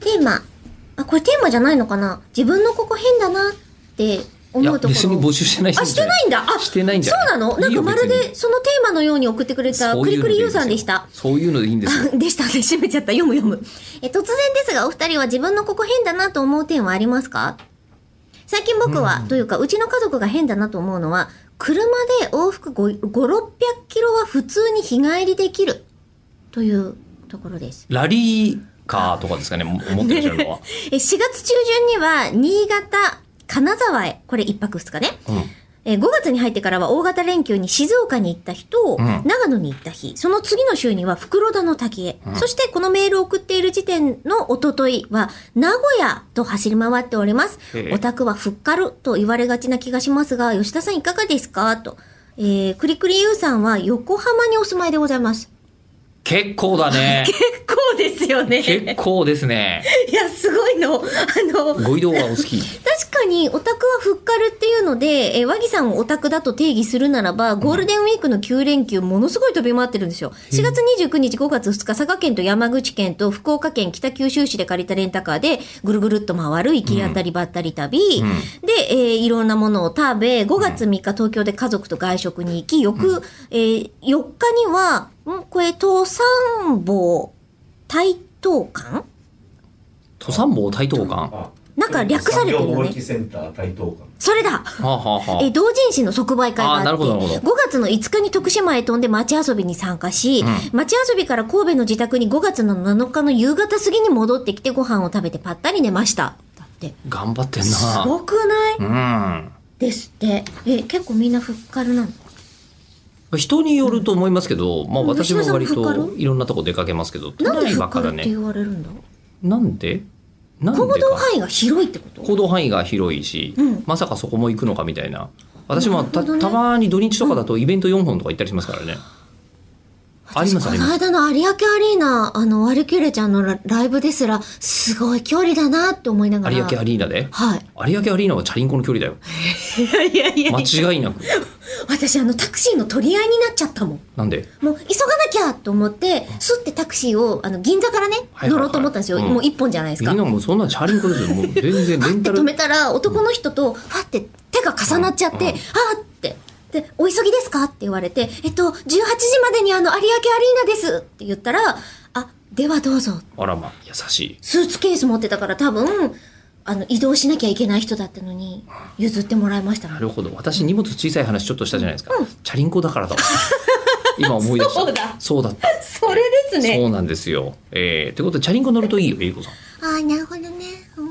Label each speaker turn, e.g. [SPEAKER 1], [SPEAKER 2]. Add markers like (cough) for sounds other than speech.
[SPEAKER 1] ーマ。あ、これテーマじゃないのかな自分のここ変だなって
[SPEAKER 2] い
[SPEAKER 1] 思
[SPEAKER 2] や
[SPEAKER 1] うところ。
[SPEAKER 2] 別に募集してない
[SPEAKER 1] あ、してないんだ。あ、
[SPEAKER 2] してないんじゃ
[SPEAKER 1] そう
[SPEAKER 2] な
[SPEAKER 1] な
[SPEAKER 2] い
[SPEAKER 1] のなんかまる
[SPEAKER 2] いいよ別
[SPEAKER 1] で
[SPEAKER 2] に
[SPEAKER 1] そのテーマのように送ってくれた
[SPEAKER 2] そう
[SPEAKER 1] ク
[SPEAKER 2] いう
[SPEAKER 1] リ
[SPEAKER 2] の
[SPEAKER 1] ク
[SPEAKER 2] い
[SPEAKER 1] リ
[SPEAKER 2] い
[SPEAKER 1] ユ
[SPEAKER 2] ん
[SPEAKER 1] ー
[SPEAKER 2] すよ
[SPEAKER 1] さんでした。
[SPEAKER 2] そういうのでいいんで
[SPEAKER 1] (laughs)
[SPEAKER 2] すよ
[SPEAKER 1] でしたね。閉めちゃった。読む読む。え、突然ですが、お二人は自分のここ変だなと思う点はありますか最近僕は、というか、うちの家族が変だなと思うのは、車で往復5、5 600キロは普通に日帰りできる。というところです。
[SPEAKER 2] ラリーカーとかですかねも持ってらっしゃるのは、
[SPEAKER 1] え、4月中旬には、新潟、金沢へ、これ1泊2日ね。
[SPEAKER 2] うん
[SPEAKER 1] えー5月に入ってからは大型連休に静岡に行った日と、
[SPEAKER 2] うん
[SPEAKER 1] 長野に行った日、その次の週には袋田の滝へ、そしてこのメールを送っている時点の一昨日は、名古屋と走り回っております
[SPEAKER 2] へ。え
[SPEAKER 1] お宅はふっかると言われがちな気がしますが、吉田さんいかがですかと。えー、くりくりゆうさんは横浜にお住まいでございます。
[SPEAKER 2] 結構だ
[SPEAKER 1] (laughs)
[SPEAKER 2] ね
[SPEAKER 1] 結構ですよね。
[SPEAKER 2] 結構ですね
[SPEAKER 1] いや、すごいの。あの、
[SPEAKER 2] ご移動はお好
[SPEAKER 1] (laughs)
[SPEAKER 2] き
[SPEAKER 1] 確かにオタクはふっかるっていうので、えー和木さんをオタクだと定義するならば、ゴールデンウィークの9連休、ものすごい飛び回ってるんですよ。4月29日、5月2日、佐賀県と山口県と福岡県北九州市で借りたレンタカーで、ぐるぐるっと回る、行き当たりばったり旅、
[SPEAKER 2] ん
[SPEAKER 1] で、えーいろんなものを食べ、5月3日、東京で家族と外食に行き、翌、えー4日には、んこれ、東山坊、台東館
[SPEAKER 2] 登山坊台東館は
[SPEAKER 3] あ
[SPEAKER 1] なんか略されてるよね
[SPEAKER 3] 産業貿易センター台東館
[SPEAKER 1] それだ
[SPEAKER 2] あ、はあは
[SPEAKER 1] えー同人誌の即売会があ
[SPEAKER 2] あー
[SPEAKER 1] って
[SPEAKER 2] なるほどなるほど
[SPEAKER 1] 5月の5日に徳島へ飛んで町遊びに参加し、
[SPEAKER 2] う
[SPEAKER 1] 町遊びから神戸の自宅に5月の7日の夕方過ぎに戻ってきてご飯を食べてぱったり寝ましただって
[SPEAKER 2] あ、頑張ってん
[SPEAKER 1] す
[SPEAKER 2] な
[SPEAKER 1] ごくない、
[SPEAKER 2] うん
[SPEAKER 1] ですってえ結構みんなふっかるなの
[SPEAKER 2] 人によると思いますけど、まあ
[SPEAKER 1] うん
[SPEAKER 2] 私も割
[SPEAKER 1] 吉田さんもふっ
[SPEAKER 2] と
[SPEAKER 1] か
[SPEAKER 2] いろんなとこ出かけますけど、都
[SPEAKER 1] なんで
[SPEAKER 2] 内
[SPEAKER 1] ふ
[SPEAKER 2] ば
[SPEAKER 1] っ
[SPEAKER 2] っか
[SPEAKER 1] か
[SPEAKER 2] だ
[SPEAKER 1] るって
[SPEAKER 2] ね。
[SPEAKER 1] 言われるんだ
[SPEAKER 2] なんでなんで
[SPEAKER 1] 行動
[SPEAKER 2] か
[SPEAKER 1] 範囲が広いってこと
[SPEAKER 2] 行動範囲が広いし、
[SPEAKER 1] うん
[SPEAKER 2] まさかそこも行くのかみたいな。私も
[SPEAKER 1] な
[SPEAKER 2] た,、
[SPEAKER 1] るほどね
[SPEAKER 2] たまに土日とかだとイベント4本とか行ったりしますからね。ありますあ
[SPEAKER 1] こ
[SPEAKER 2] り
[SPEAKER 1] の
[SPEAKER 2] ます。
[SPEAKER 1] 間の有明アリーナあのワルキューレちゃんのラライブですらすごい距離だなって思いながら
[SPEAKER 2] 有明アリーナで。
[SPEAKER 1] はい
[SPEAKER 2] (laughs) 有明アリーナはチャリンコの距離だ
[SPEAKER 1] (laughs)
[SPEAKER 2] よ。
[SPEAKER 1] いやいやいや
[SPEAKER 2] 間違いなく。
[SPEAKER 1] 私あのタクシーの取り合いになっちゃったもん
[SPEAKER 2] なんで
[SPEAKER 1] もう急がなきゃと思ってすってタクシーをあの銀座からね
[SPEAKER 2] はいはいはい
[SPEAKER 1] 乗ろうと思ったんですよ、
[SPEAKER 2] うん
[SPEAKER 1] もう一本じゃないです
[SPEAKER 2] み
[SPEAKER 1] か
[SPEAKER 2] んなもうそんなチャリンコですよ。もう全
[SPEAKER 1] (laughs)
[SPEAKER 2] 然レン
[SPEAKER 1] で
[SPEAKER 2] タ
[SPEAKER 1] 止
[SPEAKER 2] ル。
[SPEAKER 1] めたら男の人とファって手が重なっちゃって、
[SPEAKER 2] うん
[SPEAKER 1] あーってで「お急ぎですか?」って言われて「えっと18時までにあの有明アリーナです」って言ったら「あではどうぞ
[SPEAKER 2] あらま、優しい」。
[SPEAKER 1] スーツケース持ってたから多分あの移動しなきゃいけない人だったのに譲ってもらいましたも
[SPEAKER 2] なんるほど。私荷物小さい話ちょっとしたじゃないですか。
[SPEAKER 1] うん
[SPEAKER 2] チャリンコだ
[SPEAKER 1] (laughs)
[SPEAKER 2] からだわ。今思い出した。
[SPEAKER 1] そうだ
[SPEAKER 2] そうだった。
[SPEAKER 1] それです
[SPEAKER 2] そうなんですよ。えー、ということでチャリンコ乗るといいよ、英子さん。
[SPEAKER 1] ああなるほどねうん